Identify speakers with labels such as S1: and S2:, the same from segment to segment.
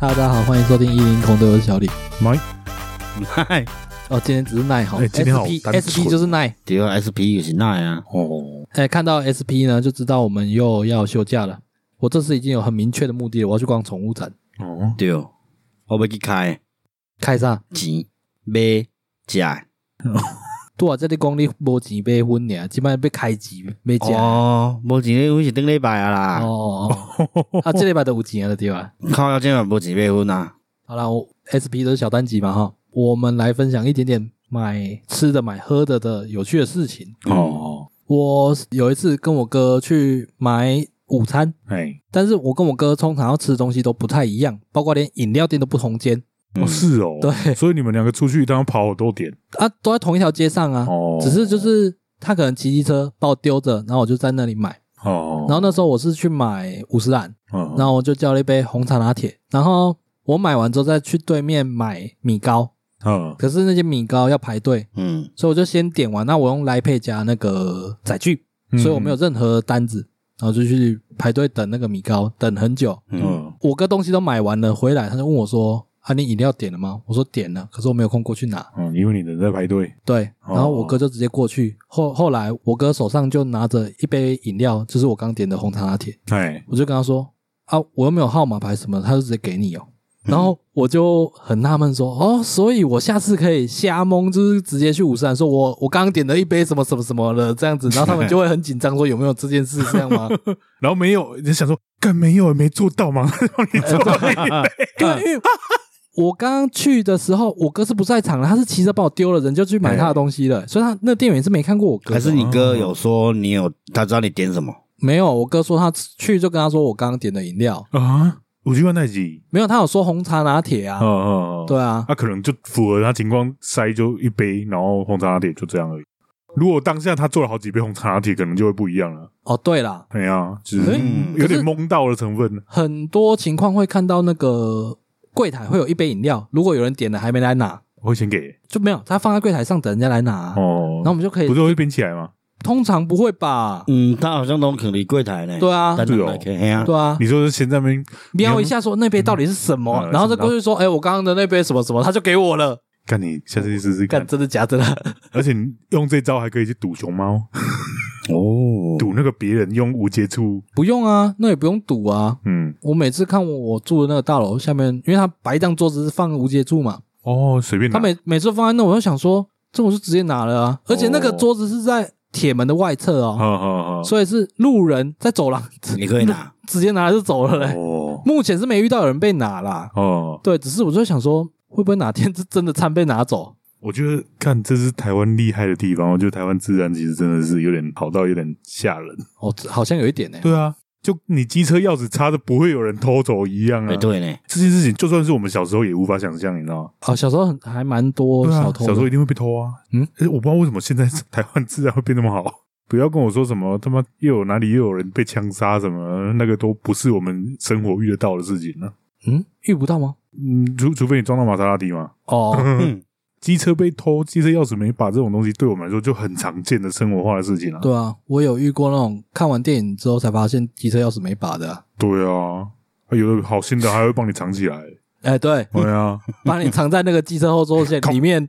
S1: Hello，大家好，欢迎收听一零空队，我是小李。
S2: Mike，
S3: 嗨，
S1: 哦，今天只是奈哈、
S2: 哎今天好
S1: SP
S2: 单纯
S1: SP 就是奈。
S3: 对啊，SP 也是那样啊，
S2: 哦，
S1: 哎，看到 SP 呢，就知道我们又要休假了。我这次已经有很明确的目的了，我要去逛宠物展。
S2: 哦，
S3: 对，我要去开
S1: 开啥？
S3: 钱买食的，
S1: 多少啊这里讲你无钱买婚呢，即摆要开钱买食。哦
S3: 哦，无钱买婚是顶礼拜啊啦，
S1: 哦哦，啊，这礼拜都有钱了对吧？
S3: 靠，要今晚无钱买婚啊，
S1: 好啦，我 SP 都是小单集嘛哈，我们来分享一点点买吃的、买喝的的有趣的事情。
S2: 哦，
S1: 我有一次跟我哥去买午餐，
S3: 嗯
S2: 哎，
S1: 但是我跟我哥通常要吃的东西都不太一样，包括连饮料店都不同间
S3: 嗯
S2: 哦是哦，
S1: 对
S2: 所以你们两个出去一趟要跑好多点，
S1: 啊，都在同一条街上啊。
S2: 哦，
S1: 只是就是他可能骑机车把我丢着，然后我就在那里买。
S2: 哦，嗯
S1: 然后那时候我是去买五十兰，
S2: 后
S1: 然后我就叫了一杯红茶拿铁。然后我买完之后再去对面买米糕，
S2: 嗯，
S1: 可是那些米糕要排队，
S3: 嗯，
S1: 所以我就先点完。那我用来配加那个载具，
S2: 嗯
S1: 所以我没有，任何单子，然后就去排队等那个米糕，等很久。
S3: 嗯，
S2: 嗯，
S1: 我哥东西都买完了，回来他就问我说：“啊，你饮料点了吗？”我说：“点了，可是我没有空过去拿。
S2: 嗯，因为你人在排队，”
S1: 对，
S2: 哦
S1: 然后我哥就直接过去。后后来我哥手上就拿着一杯饮料，就是我刚点的红茶拿铁。
S2: 哎，
S1: 我就跟他说：“啊，我又没有号码牌什么的，他就直接给你哦。”然后我就很纳闷说：“哦，所以我下次可以瞎蒙，就是直接去五十岚说我我刚刚点了一杯什么什么什么了这样子，然后他们就会很紧张说有没有这件事这样吗？
S2: 然后没有，你想说，干没有没做到吗？ 让你做到一杯，
S1: 对，因为呃我刚刚去的时候，我哥是不在场的，他是骑车把我丢了，人就去买他的东西
S2: 哎
S1: 了，所以他那店员是没看过我哥的。
S3: 还是你哥有说你有，他知道你点什么，
S1: 没有？我哥说他去就跟他说我刚刚点的饮料，
S2: 啊，我去看那集，
S1: 没有，他有说红茶拿铁啊，
S2: 嗯嗯，嗯，
S1: 对啊，
S2: 他可能就符合他情况，塞就一杯，然后红茶拿铁就这样而已。如果当下他做了好几杯红茶拿铁，可能就会不一样了。
S1: 哦对啦，
S2: 哎呀，就是
S1: 诶
S3: 嗯
S1: 可
S2: 有
S1: 是
S2: 点懵到的成分。
S1: 很多情况会看到那个柜台会有一杯饮料，如果有人点了还没来拿，
S2: 我会先给
S1: 就没有，他放在柜台上等人家来拿啊、
S2: 哦
S1: 然后我，们就可以
S2: 不，是会编起来吗？
S1: 通常不会吧？
S3: 嗯，他好像都肯离柜台呢，
S1: 对啊，
S3: 等
S2: 对
S3: 等
S2: 哦
S3: 来去，嘿啊，
S1: 对啊，
S2: 你说是先在那边
S1: 瞄一下说那杯到底是什么，
S2: 嗯
S1: 然后再过去说，哎、我刚刚的那杯什么什么，他就给我了。
S2: 干你，下次去试试
S1: 干
S2: 看。
S1: 真的假的啦？
S2: 而且你用这招还可以去赌熊猫，
S3: 哦，
S2: 赌那个别人用无接触。
S1: 不用啊，那也不用赌啊。
S2: 嗯，
S1: 我每次看我我住的那个大楼下面，因为它摆一张桌子是放无接触嘛，
S2: 哦，随便拿。
S1: 他每每次放在那，我就想说，这我就直接拿了啊。
S2: 哦
S1: 而且那个桌子是在铁门的外侧
S2: 好
S1: 哦，
S2: 好好，
S1: 所以是路人在走廊
S3: 你可以拿，
S1: 直接拿就走了嘞。
S2: 哦
S1: 目前是没遇到有人被拿啦，
S2: 哦，
S1: 对，只是我就想说，会不会哪天是真的餐被拿走？
S2: 我觉得看这是台湾厉害的地方。我觉得台湾治安其实真的是有点好到有点吓人。
S1: 哦，好像有一点呢、
S2: 对啊，就你机车钥匙插着不会有人偷走一样啊
S3: 哎。对呢，
S2: 这件事情就算是我们小时候也无法想象，你知道吗？
S1: 哦，小时候很还蛮多
S2: 对啊，
S1: 小偷的、
S2: 小时候一定会被偷啊。
S1: 嗯
S2: 嗯，而且我不知道为什么现在台湾治安会变那么好。 不要跟我说什么他妈又有哪里又有人被枪杀什么，那个都不是我们生活遇得到的事情呢、
S1: 嗯，遇不到吗？
S2: 嗯，除除非你撞到玛莎拉蒂嘛，
S1: 哦，
S3: 嗯，
S2: 机车被偷，机车钥匙没把这种东西，对我们来说就很常见的生活化的事情啊。
S1: 对啊，我有遇过那种看完电影之后才发现机车钥匙没把的、啊。
S2: 对啊，有的好心的还会帮你藏起来。
S1: 哎、对，
S2: 对啊，
S1: 把你藏在那个机车后座 线里面，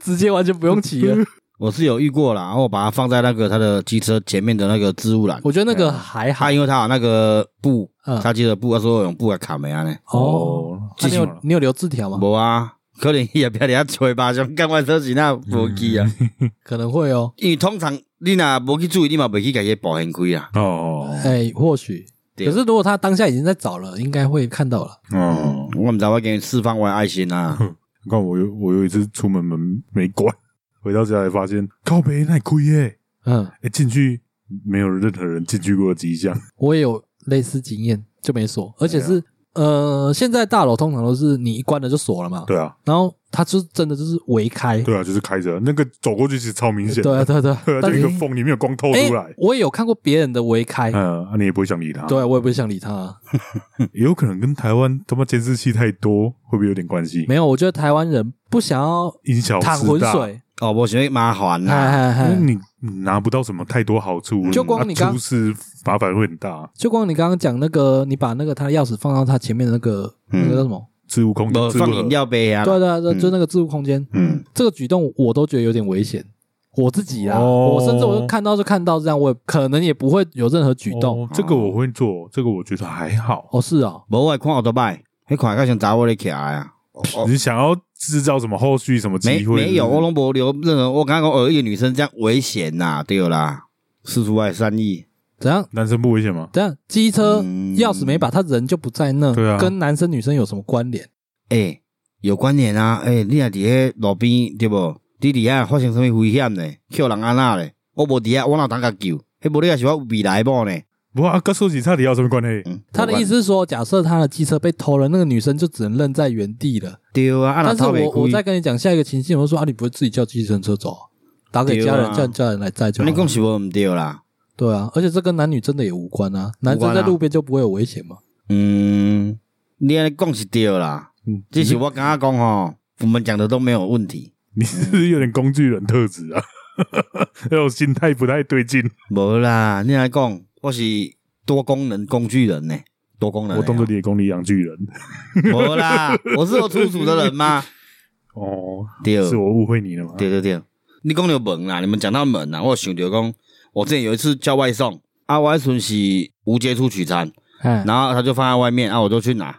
S1: 直接完全不用 骑了。
S3: 我是有遇过啦，然后我把它放在那个他的机车前面的那个置物篮，
S1: 我觉得那个啊还好
S3: 他。因为他有那个布
S1: 嗯，
S3: 他记得布，他说用布来卡没啊呢。
S1: 哦，
S2: 哦，
S1: 啊、你
S2: 记住
S1: 有
S2: 了
S1: 你有留字条吗？
S3: 无啊，可能伊也不晓得吹吧，想干我车是那无去啊。
S1: 可能会哦。
S3: 因为通常你若无去注意，你嘛袂去家己保险开啊。
S2: 哦
S1: 哎，或许。
S3: 对
S1: 可是如果他当下已经在找了，应该会看到了。
S2: 哦，
S3: 我毋知我给你释放我的爱心啊，
S2: 你看我有我有一次出门门没关，回到家才发现靠北那亏耶，
S1: 嗯，
S2: 哎进去没有任何人进去过的迹象。
S1: 我也有类似经验，就没锁，而且是、呃，现在大楼通常都是你一关了就锁了嘛。
S2: 对啊，
S1: 然后他就真的就是围开。
S2: 对啊，就是开着那个走过去其实超明显
S1: 对啊，
S2: 的，
S1: 对啊，对啊。
S2: 对啊，
S1: 但
S2: 就是一个缝里面有光透
S1: 哎
S2: 出来，，
S1: 我也有看过别人的围开。
S2: 嗯，啊你也不会想理他。
S1: 对，我也不会想理他啊。
S2: 也有可能跟台湾他妈监视器太多会不会有点关系？
S1: 没有，我觉得台湾人不想要
S2: 因小
S1: 淌
S2: 失
S1: 浑
S2: 大，
S1: 水，
S3: 哦，我觉得麻烦啊
S1: 嗨
S3: 啦。
S1: 嗨
S2: 因为
S1: 嗨，
S2: 你你拿不到什么太多好处，
S1: 就光
S2: 啊
S1: 你刚
S2: 出事麻烦会很大，
S1: 就光你刚刚讲那个，你把那个他的钥匙放到他前面的那个
S2: 嗯
S1: 那个叫什么？
S2: 置物空
S3: 我
S2: 置物
S3: 呃放
S2: 盒
S3: 饮料杯
S2: 嗯
S3: 啊，
S1: 对对啊对啊，就那个置物空间，
S3: 嗯，
S1: 这个举动我都觉得有点危险。我自己啊，
S2: 哦
S1: 我甚至我就看到就看到这样，我也可能也不会有任何举动。
S2: 哦这个我会做，这个我觉得还好。
S1: 哦，是啊，
S3: 无我会看我都卖，迄款较像查某咧徛的啊。
S2: 你想要制造什么后续什么
S3: 没
S2: 哦机会？
S3: 没有，
S2: 是不是
S3: 我拢无留任何。我刚刚有一个女生这样危险呐，对啦，事出爱善意，
S1: 怎样
S2: 男生不危险吗？
S1: 怎样，机车
S3: 嗯
S1: 钥匙没把，他人就不在那，
S2: 对啊
S1: 跟男生女生有什么关联？
S3: 诶，欸有关联啊，诶，你若伫迄路边对无？你伫遐发生什么危险呢？叫人安那咧？我无伫遐，我哪有当甲救？迄无你也是我未来某呢？
S2: 不过啊，跟收集差底有什么关系？
S3: 嗯
S1: 他的意思是说，假设他的机车被偷了，那个女生就只能愣在原地了。
S3: 对啊，啊，
S1: 但是
S3: 若
S1: 我
S3: 偷
S1: 我
S3: 袂
S1: 再
S3: 开
S1: 跟你讲下一个情境，我就说啊，你不会自己叫计程车走啊，打给家
S3: 对
S1: 人，
S3: 啊
S1: 叫家人来载就好
S3: 你
S1: 了。
S3: 讲是无毋对啦，
S1: 对啊，而且这跟男女真的也无关啊，男生在路边就不会有危险嘛。
S3: 嗯，你安尼讲是对啦，
S2: 嗯
S3: 只是我刚刚讲吼，我们讲的都没有问题，
S2: 你是不是有点工具人特质啊？ 那种心态不太对劲。
S3: 无啦，你来讲，我是多功能工具人呢、多功能、哦
S2: 我动作你也功力养巨人
S3: 无啦，我是有出主的人吗？
S2: 哦，
S3: 对，
S2: 是我误会你了吗？
S3: 对对对，你讲到门啊啦，你们讲到门啦，我有想到讲，我之前有一次叫外送，啊，我迄阵是无接触取餐，
S1: 哎，
S3: 然后他就放在外面，啊，我就去拿，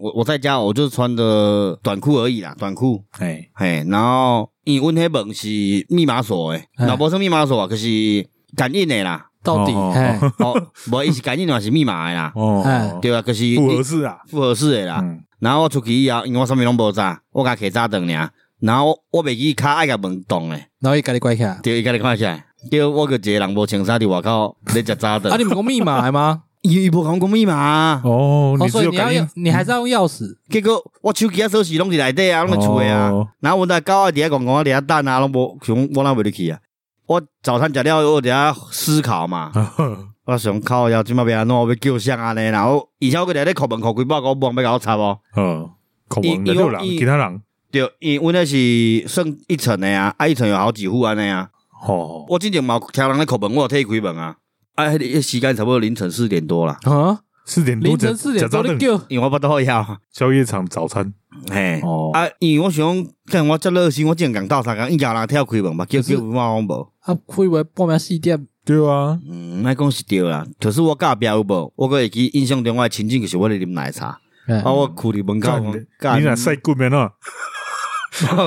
S3: 我我在家我就穿的短裤而已啦，短裤，
S2: 哎，
S3: 嘿，然后因为阮迄门是密码锁诶，
S1: 哎
S3: 若无算密码锁啊，可是感应诶 啦，
S1: 到底
S2: 哦哦
S1: 哎，
S3: 哦，无伊是感应嘛是密码诶啦，
S2: 哦，
S3: 对啊，可是
S2: 不合适啊。
S3: 复合式诶啦，
S2: 嗯，
S3: 然后我出去以后，因为我啥物拢无炸，我甲揢炸断尔，然后我我袂记骹爱甲门动诶，
S1: 然后伊家己关起来。
S3: 对伊家己看起来，对我个一个人无穿衫伫外口咧食炸
S1: 啊，
S3: 断
S1: 你，们讲密码来吗？
S3: 伊伊无讲讲密码啊，
S2: 哦，
S1: 哦，
S2: 你
S1: 所
S2: 只
S1: 以
S2: 有
S1: 你要
S2: 感应
S1: 用，你还是要用钥匙。
S3: 结果我手机啊锁匙拢伫内底啊，拢伫厝诶啊
S2: 哦，
S3: 然后阮在狗仔伫遐戆戆伫遐等啊，拢无想我哪袂入去啊。我早餐食了，我伫遐思考嘛，
S2: 哦
S3: 我想靠呀，即摆要安怎，我要叫啥安尼啦，然后而且我个伫咧叩门叩几百个门要甲我插哦。
S2: 嗯，恐王的
S3: 因
S2: 六狼，
S3: 因
S2: 其他狼，
S3: 对，因为阮那是算一层的啊，啊一层有好几户安尼啊。
S2: 哦，
S3: 我之前嘛有听人咧叩门，我有替伊开门啊。啊，迄个时间差不多凌晨四点多啦，
S1: 啊，
S2: 四点多，
S1: 凌晨四点多
S2: 的
S1: 你叫，
S3: 因为我巴肚枵，
S2: 宵夜场早餐，
S3: 嘿。
S2: 哦
S3: 啊，因为我想讲，看我遮热心，我竟然斗相共，伊家人替我开门嘛，叫叫我讲无，
S1: 啊，会不会半暝四点？
S2: 对啊，
S3: 嗯，那讲是对啦。可是我隔壁有无，我个会记印象中我的情景就是我咧啉奶茶，
S1: 哎
S3: 啊，我跍伫门口
S2: 干
S3: 讲，
S2: 你俩晒棍没呢？啊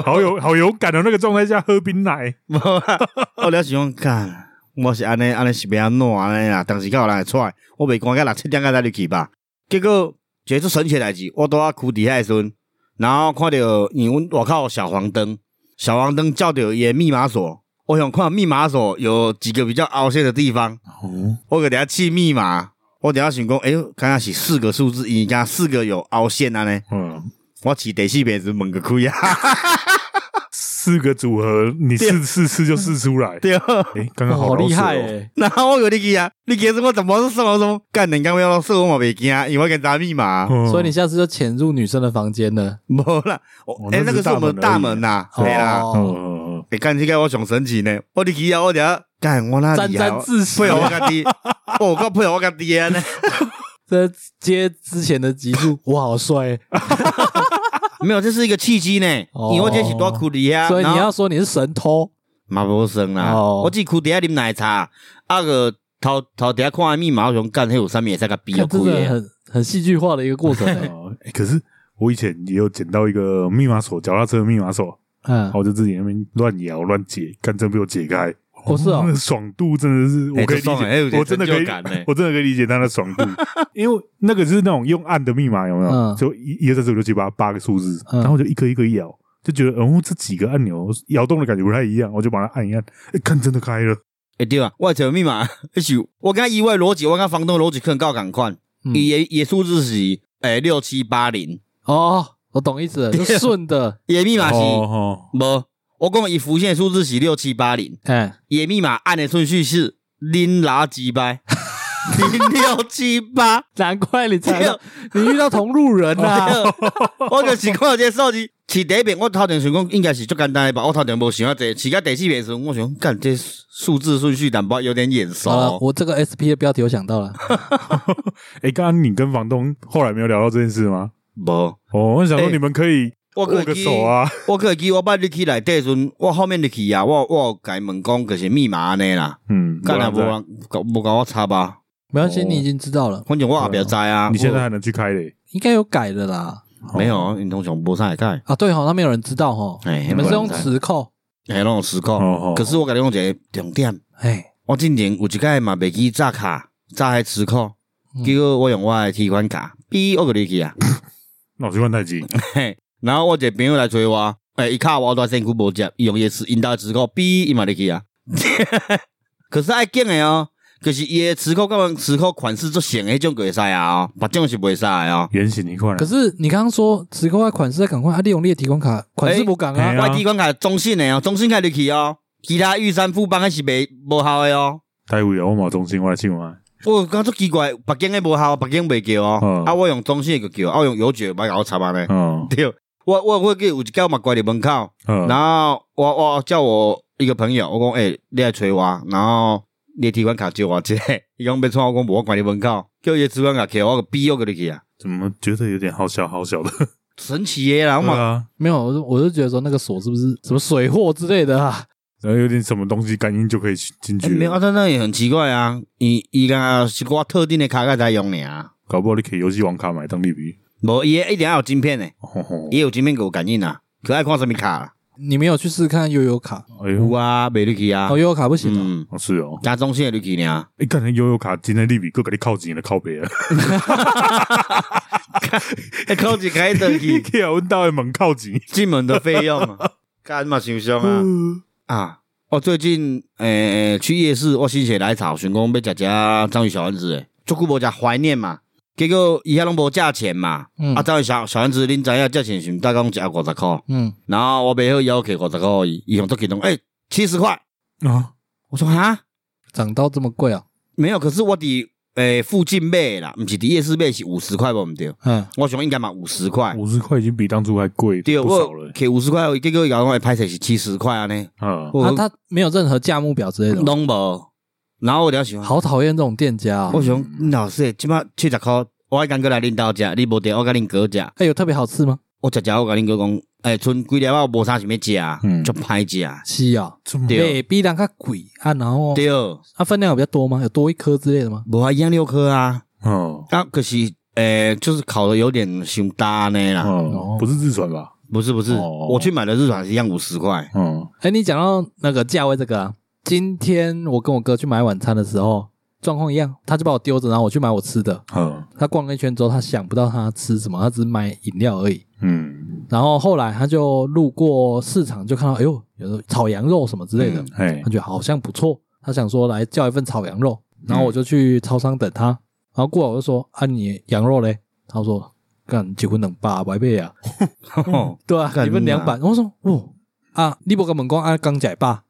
S2: 好有好有感的哦那个状态下喝冰奶，
S3: 无啦，我了想讲，干，我是安尼安尼是要安怎安尼啦？当时较有人会出来，我袂赶到六七点才入去吧。结果一个做神奇的代志，我拄啊跍伫遐的时阵，然后看着因为阮外口有小黄灯，小黄灯照着伊的密码锁，我想看密码锁有几个比较凹陷的地方，
S2: 哦，
S3: 我给等下记密码。我等下想讲，哎、呦，刚刚是四个数字，伊敢四个有凹陷安尼，
S2: 嗯，
S3: 我起第四遍是问个开啊，
S2: 四个组合你
S3: 对
S2: 试试试就试出来，
S3: 对。
S2: 哎，刚刚
S1: 好
S2: 老
S1: 厉
S2: 手
S1: 害
S2: 哦，
S1: 哎！
S3: 然后我有你去啊，你其实我怎么是生活中干人家要到说我嘛袂惊，因为我跟查密码，
S2: 嗯
S1: 所以你下次就潜入女生的房间了。
S3: 无啦，
S2: 哦
S3: 我哎
S2: 那
S3: 那
S2: 只
S3: 个
S2: 是
S3: 是我们
S2: 大
S3: 大
S2: 门
S3: 门呐，
S1: 而已
S3: 对啦，
S1: 哦，
S2: 哦，
S3: 你干这个我上神奇呢，我你去啊，我等下干我那
S1: 沾
S3: 里啊
S1: 沾，自喜
S3: 配，合 我家弟，哦我够配合我家弟啊呢，
S1: 这接之前的集 数，我好帅欸。
S3: 没有，这是一个契机呢，
S1: 哦
S3: 因为我这是多苦力啊，
S1: 所以你
S3: 然
S1: 要
S3: 后
S1: 说你是神偷，
S3: 嘛无算啦，
S1: 哦
S3: 我自己苦底下啉奶茶，啊个头头底下看的密码，我想干迄有啥物会使甲比
S1: 看
S3: 啊
S1: 真
S3: 苦
S1: 的
S3: 的，
S1: 很很戏剧化的一个过程欸。
S2: 哦欸可是我以前也有捡到一个密码锁，脚踏车的密码锁，
S1: 嗯
S2: 然，后我就自己在那边乱摇乱解，干真被我解开。
S1: 哦是哦
S2: 那个爽度真的是，
S3: 欸
S2: 我可以理
S3: 这爽欸有
S2: 解，
S3: 点
S2: 我真的可以
S3: 成就感欸，
S2: 我真的可以理解他的爽度，因为那个是那种用按的密码，有没有？
S1: 嗯
S2: 就一、一二、三、四、五、六、七、八八个数字，
S1: 嗯
S2: 然后我就一个一个摇，就觉得哦，这几个按钮摇动的感觉不太一样，我就把它按一按，哎，看真的开了，
S3: 会对啊，我的密码， 迄是我跟他意外逻辑，我跟他房东的逻辑可能够共款。
S1: 嗯
S3: 伊的伊的数字是诶六七八零，
S1: 哦，我懂意思 了，就顺的，
S3: 伊的密码是无、
S2: 哦
S3: 我讲伊浮现的数字是六七八零，
S1: 哎，
S3: 伊的密码按的顺序是零拉几百，零六七八，
S1: 难怪你才
S3: 对哦
S1: 你遇到同路人 啦、啊。
S3: 我就是看到这个数字，饲第一遍我头前想讲应该是足简单的吧，我头前无想啊这，饲到第四遍的时候，我想干这数字顺序淡薄有点眼 熟
S1: 好。
S2: 啊
S1: 了，我这个 SP 的标题我想到了，
S2: 哎，刚刚你跟房东后来没有聊到这件事吗？
S3: 无，
S2: 哦，我想说
S3: 诶
S2: 你们可以
S3: 我
S2: 握个手啊，
S3: 我可记我捌入去内底的时阵，我后面入去啊，我我有甲伊问讲就是密码安尼啦，
S2: 嗯，
S3: 干若
S2: 不
S3: 无
S2: 然
S3: 人搞无甲我插吧，
S1: 没关系，
S2: 哦
S1: 你已经知道了，
S3: 反正我也不知道啊。
S2: 你现在
S3: 我
S2: 还能去开嘞？
S1: 应该有改的啦。
S3: 没有？你通常无啥会改，
S1: 啊，对吼，那没有人知道吼，
S3: 哎
S1: 你们是用
S3: 那不然
S1: 磁扣，
S3: 还拢有思
S2: 哦
S3: 考
S2: 哦。
S3: 可是我甲你讲一个重点，
S1: 哎，
S3: 我之前有一届嘛袂记炸卡，炸迄磁扣
S1: 嗯，
S3: 结果我用我的提款卡，哔，我个入去啊。
S2: 那我去换太极，
S3: 嘿，然后我一个朋友来找我，诶、伊卡我大身躯无接，伊用伊是因大磁扣比伊嘛入去啊。 可是爱见诶哦，就是伊诶磁扣甲阮磁扣款式做型诶，迄种就会使啊哦，别种是袂使诶哦。
S2: 圆形一块
S1: 可，是你刚刚说磁扣啊，款式赶快啊，利用你的提款卡款式不赶
S2: 哎
S1: 啊
S2: 嘿，啊
S3: 外地关卡中信诶哦，中信开入去哦，其他玉山富邦迄是袂无效诶哦。
S2: 待会有我毛中心，我来请我。
S3: 我感觉足奇怪，北京诶无效，北京袂叫哦。
S2: 嗯
S3: 啊，我用中信诶就叫，啊，我用邮局买甲我插安尼。
S2: 嗯
S3: 对，我我我记有一间嘛关伫门口。
S2: 嗯，
S3: 然后我我叫我一个朋友，我讲诶、欸你来找我，然后你的提款卡借我借，伊讲要创，我讲无我管你门口，叫伊的提款卡摕我个逼我个入去啊，
S2: 怎么觉得有点好小好小的？
S3: 神奇的啦，我
S2: 对
S3: 嘛
S2: 啊，
S1: 没有，我就我就觉得说那个锁是不是什么水货之类的啊？
S2: 然后有点什么东西感应就可以进
S3: 欸
S2: 去
S3: 没有，
S2: 了，
S3: 啊，但那也很奇怪啊，伊伊讲啊是我特定的卡卡才用尔，啊
S2: 搞不好你可以游戏王卡买当利比。哦
S3: 无伊的一定要有晶片的，
S2: 吼吼
S3: 伊有晶片给我感应啊，可爱看什么卡啦，
S1: 你没有去试看悠悠卡？
S2: 哎
S3: 有
S2: 呦，
S3: 啊，袂入去啊
S1: 哦，，悠悠卡不行啊，
S3: 嗯，
S2: 哦是哦，
S3: 加中线入去尔，
S2: 哎，刚才悠悠卡今天利比够给你靠近了，靠啊北了，
S3: 哎，靠一开登去，
S2: 去啊，问到的门靠近。
S3: 进门的费用啊， 干嘛想想啊。啊，我最近诶、呃去夜市，我心血来潮，想讲要食只章鱼小丸子，诶，足久无食怀念嘛。结果伊遐拢无价钱嘛，
S1: 嗯
S3: 啊，章鱼小小丸子恁知影价钱是毋大概讲一盒五十箍，
S1: 嗯，
S3: 然后我背后要给五十箍，伊伊用足激动，诶、七十块，
S2: 啊，
S3: 我说哈，
S1: 嗯涨到这么贵啊？
S3: 没有，可是我伫诶、呃附近买的啦，毋是伫夜市买是五十块无毋对，
S1: 嗯，
S3: 我想应该嘛五十块，
S2: 五十块已经比当初还贵
S3: 哎对，
S2: 不少
S3: 我
S2: 了。
S3: 给五十块，结果伊甲我歹势是七十块安尼，
S2: 嗯，
S1: 啊，
S3: 我嗯
S1: 他没有任何价目表之类的吗，
S3: 拢无，然后我了想。
S1: 好讨厌这种店家啊
S3: 我！想嗯老师，即摆七十箍，我爱干过来恁兜食，你无得我甲恁哥食，
S1: 哎，有特别好吃吗？
S3: 我食食我甲恁哥讲，哎，剩几粒我无啥想要食，
S2: 嗯
S3: 足歹食。
S1: 是啊，
S2: 这么
S3: 对
S1: 对，比人家贵啊，然后
S3: 对，
S1: 它分量有比较多吗？有多一颗之类的吗？
S3: 无啊，一样六颗啊，
S2: 嗯
S3: 啊，可是诶，就是烤的有点伤大呢
S2: 어,
S3: 啦。
S1: 哦
S2: 嗯，不是自传吧？
S3: 不是不是，
S2: 哦
S3: 我去买的日团是一样五十块，
S2: 嗯
S1: 哎，你讲到那个价位这个啊，今天我跟我哥去买晚餐的时候，状况一样，他就把我丢着，然后我去买我吃的。
S2: 嗯
S1: 他逛了一圈之后，他想不到他吃什么，他只买饮料而已。
S2: 嗯，
S1: 然后后来他就路过市场，就看到哎呦，有炒羊肉什么之类的，
S2: 哎
S1: 他，觉得好像不错，他想说来叫一份炒羊肉。然后我就去超商等他，然后过来我就说啊，你羊肉嘞？他说干结婚能八百倍啊，
S2: 嗯
S1: 对啊，
S3: 干
S1: 一份
S3: 你啊
S1: 两百。我说哦啊，你不跟门光啊刚仔吧，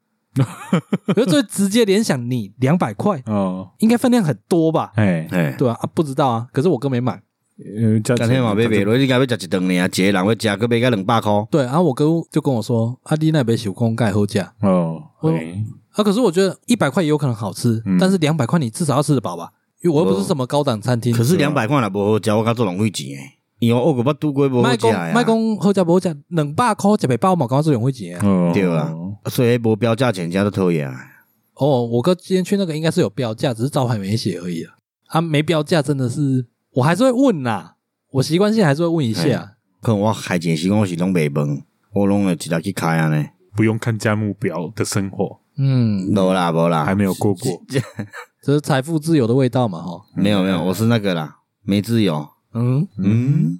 S1: 我就最直接联想你两百块
S2: 哦，
S1: 应该分量很多吧？
S2: 哎，
S3: 哎，
S1: 对啊，啊不知道啊，可是我哥没买。
S2: 呃，价
S3: 今天嘛买袂落，你该要食一顿呢啊，一个人要食，搁买个两百箍。
S1: 对，然、啊后我哥就跟我说：“啊，你那边手工盖后价
S2: 哦，哎，
S1: 啊。”可是我觉得一百块也有可能好吃，
S2: 嗯
S1: 但是两百块你至少要吃得饱吧？因为我又不是
S3: 哦
S1: 什么高档餐厅。
S3: 可是
S2: 对啊
S3: 两百块若无好食，我敢做浪费钱诶。因哦为我个捌拄过无好
S1: 卖
S3: 食啊
S1: 公
S3: 诶。
S1: 卖公后价不后价，两百块一百包嘛，刚刚是永辉节。
S2: 哦，
S3: 对啊所以无标价钱，人家都讨厌啊。
S1: 哦，我哥今天去那个应该是有标价，只是招牌没写而已啊。啊，没标价真的是，我还是会问啦，我习惯性还是会问一下。
S3: 可能我开钱时，我是拢袂问，我拢会直接去开安尼。
S2: 不用看价目表的生活，
S1: 嗯，
S3: 无啦，无
S2: 还
S3: 啦，
S2: 没有过过。
S1: 这是财富自由的味道嘛，哈。
S3: 没有没有，我是那个啦，没自由。
S1: 嗯，
S3: 啊嗯，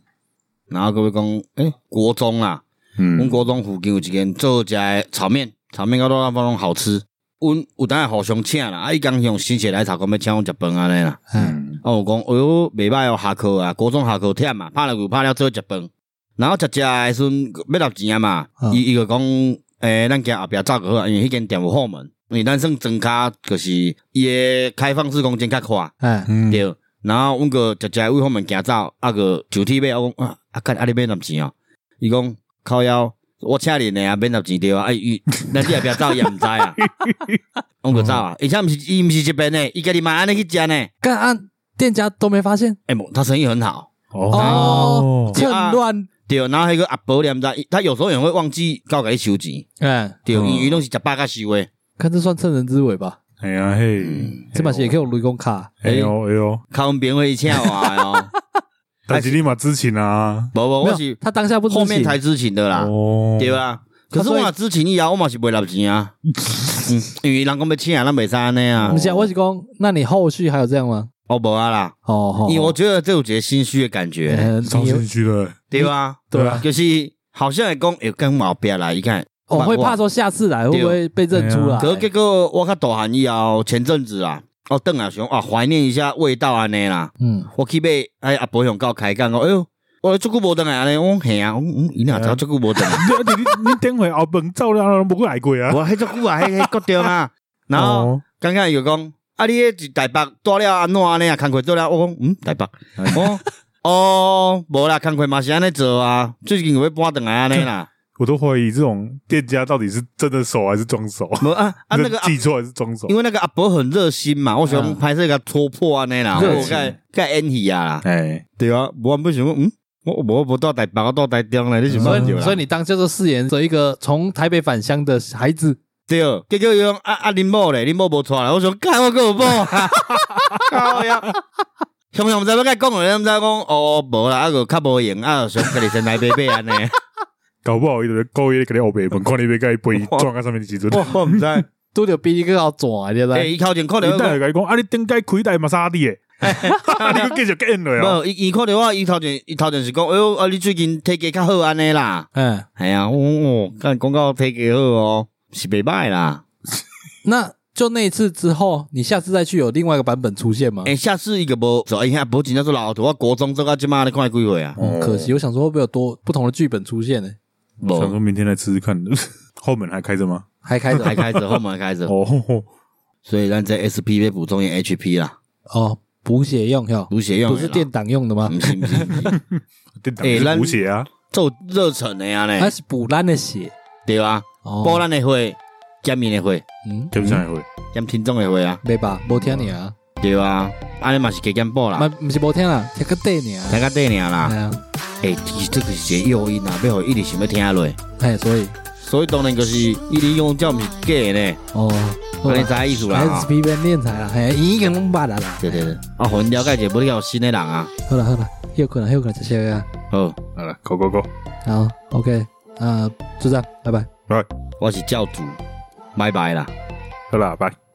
S3: 然后各位讲，诶、国中啦，阮
S2: 嗯，
S3: 国中附近有一间做食的炒面，炒面到那方拢好吃。阮有当互相请啦，啊，伊刚用心血来潮，讲要请阮食饭安尼啦。
S1: 哎，
S2: 嗯
S3: 啊，我讲，哎哟，袂歹哦，下课啊，国中下课忝嘛，拍了鼓拍了做食饭，然后食食诶时阵要拿钱啊嘛
S1: 嗯，
S3: 伊伊就讲，诶、咱行后壁走就好，因为迄间店有后门，因为咱算庄卡就是伊诶开放式空间较宽，
S1: 哎，
S2: 嗯，
S3: 对。然后阮个食食位方面行走，啊个就铁买，我讲啊，啊干啊你免拿钱哦，伊讲靠腰，我请你呢啊免拿钱对啊，啊伊咱这壁走伊也毋知啊，阮个走啊，而且毋是伊毋是这边呢，伊家己嘛安尼去食呢，
S1: 干案店家都没发现，
S3: 哎、无他生意很好。
S2: 어.
S1: 哦趁
S3: 啊
S1: 乱，
S3: 对，然后迄个阿伯你也毋知，伊他有时候也会忘记到甲你收钱。
S1: 哎，
S3: 对，
S2: 嗯
S3: 伊伊拢是食饱甲收诶。
S1: 看这算趁人之危吧？
S2: 哎呀嘿，
S1: 这把也可以用雷公卡，
S2: 哎呦哎呦，
S3: 靠阮朋友伊请我 的哦，
S2: 但是立马知情啊，
S3: 无无
S1: 没
S3: 我
S1: 有
S3: 是
S1: 他当下不知
S3: 后面
S1: 情
S3: 才知情的啦，
S2: 哦，
S3: 对吧？可
S1: 啊
S3: 是我若知情以后，我嘛是袂拿 钱啊，嗯，因为人讲要请，咱袂使安尼啊
S1: 不。是啊，我是讲，那你后续还有这样吗？
S3: 哦，无啊啦，
S1: 哦哦，
S3: 因为我觉得这有一个心虚的感觉，
S1: 呃
S2: 超
S1: 你
S2: 心虚了，，
S3: 对吧？
S1: 对啊，哎
S3: 就是好像会讲会跟毛病啦，伊看。
S1: 我哦哎会怕说
S3: 说。
S1: 下次来会不会被认出来？
S3: 可是结果我较大汉以后，前阵子啊，我邓啊想啊怀念一下味道安尼啦。
S1: 嗯，
S3: 我去买哎阿伯向到开讲，我哎哟，我足久无等来安尼，我嘿啊，我嗯，伊哪知足久无等 来
S2: 你你你你顶回后本走了，都无过来过啊，
S3: 我迄足久啊，迄迄决定 啊。然后
S2: 哦，
S3: 刚刚伊就讲，啊你迄是台北住了安怎安尼啊？工课做了，我讲嗯台北，
S1: 哎
S3: 我哦无啦，工课嘛是安尼做啊，最近有要搬转来啊安 尼啦。
S2: 我都怀疑这种店家到底是真的熟还是装熟，
S3: 无啊啊那个阿
S2: 记错还是装熟
S3: 因，为那个阿伯很热心嘛，我想
S1: 嗯
S3: 拍摄个戳破安尼啦，
S1: 热
S3: 我
S1: 情
S3: 该该 end 去啊啦。
S2: 哎，
S3: 对啊，我不想讲，嗯，我我无到台北，我到台中来，你想
S1: 所
S3: 办
S1: 以
S3: 法
S1: 所以你当叫做饰演着一个从台北返乡的孩子，
S3: 对，结果伊讲啊啊，恁某咧，恁某无出来，我想干我个有某啊， 靠呀！常常毋知要甲伊讲咧，毋知讲哦无啦，啊个较无闲，啊想家己先来买买安尼，
S2: 搞不好伊就故意给你后背本，看你要甲伊背撞在上面的时阵，
S3: 我我毋 知。诶，
S1: 都得比一个要壮啊，现在
S3: 伊头前看着
S2: 你
S3: 我
S2: 等下甲伊讲，啊你顶该开台嘛啥的 耶，啊你佫继续跟落啊，
S3: 无伊伊看着我，伊头前伊头前是讲，哎哟，啊你最近体格较好安尼啦，
S1: 嗯，
S3: 哎呀，我我干讲到体格好哦，是袂歹啦。
S1: 那就那一次之后，你下次再去有另外一个版本出现吗？
S3: 诶，下次伊个无做，哎呀，无真正做老头，我国中做到即满你看几岁啊？
S1: 哦可惜，我想说会不会有多不同的剧本出现呢？
S2: 想 说
S3: 无，
S2: 明天来吃吃看， 后门还开着吗？
S1: 还开着
S3: 还开着，后门还开着，
S2: 哦，
S3: 所以咱这 SP 要补充一点 HP 啦，
S1: 哦，补血用哦嗯哟，
S3: 补血用
S1: 不
S3: 的啦哦
S1: 是电，啊档用的吗？
S3: 不是不是，不 是
S2: 电脑
S3: 哎咱
S2: 是补血啊，
S3: 做热忱的啊
S1: 那
S3: 呢，
S1: 是补烂的血
S3: 对啊，波
S1: 哦，
S3: 兰的会，减面的会，
S1: 嗯，
S2: 对不上来会，
S3: 减听众的会啊，
S1: 没吧？没听你啊，
S3: 对啊，安尼嘛是加减补
S1: 嘛
S3: 啦，
S1: 不是没听啦，听个对你啊，
S3: 大家对尔
S1: 哎
S3: 啦，
S1: 呀，
S3: 诶，其实这个是一个诱因啊，要互伊一直想要听落，
S1: 哎，所以
S3: 所以当然就是伊利用这毋是假的呢，
S1: 哦，
S3: 安尼知意思啦，
S1: 还
S3: 吼
S1: 是皮鞭练财啦，嘿，已经弄捌啦啦，
S3: 对对对，啊，互因了解者，无你有新的人啊，
S1: 好了好了，休困了休困了，谢谢啊，
S3: 好，
S2: 好了，Go Go Go。
S1: 好，OK，啊，就这样，拜拜。
S3: 我是教主，拜拜啦。
S2: 好啦，拜。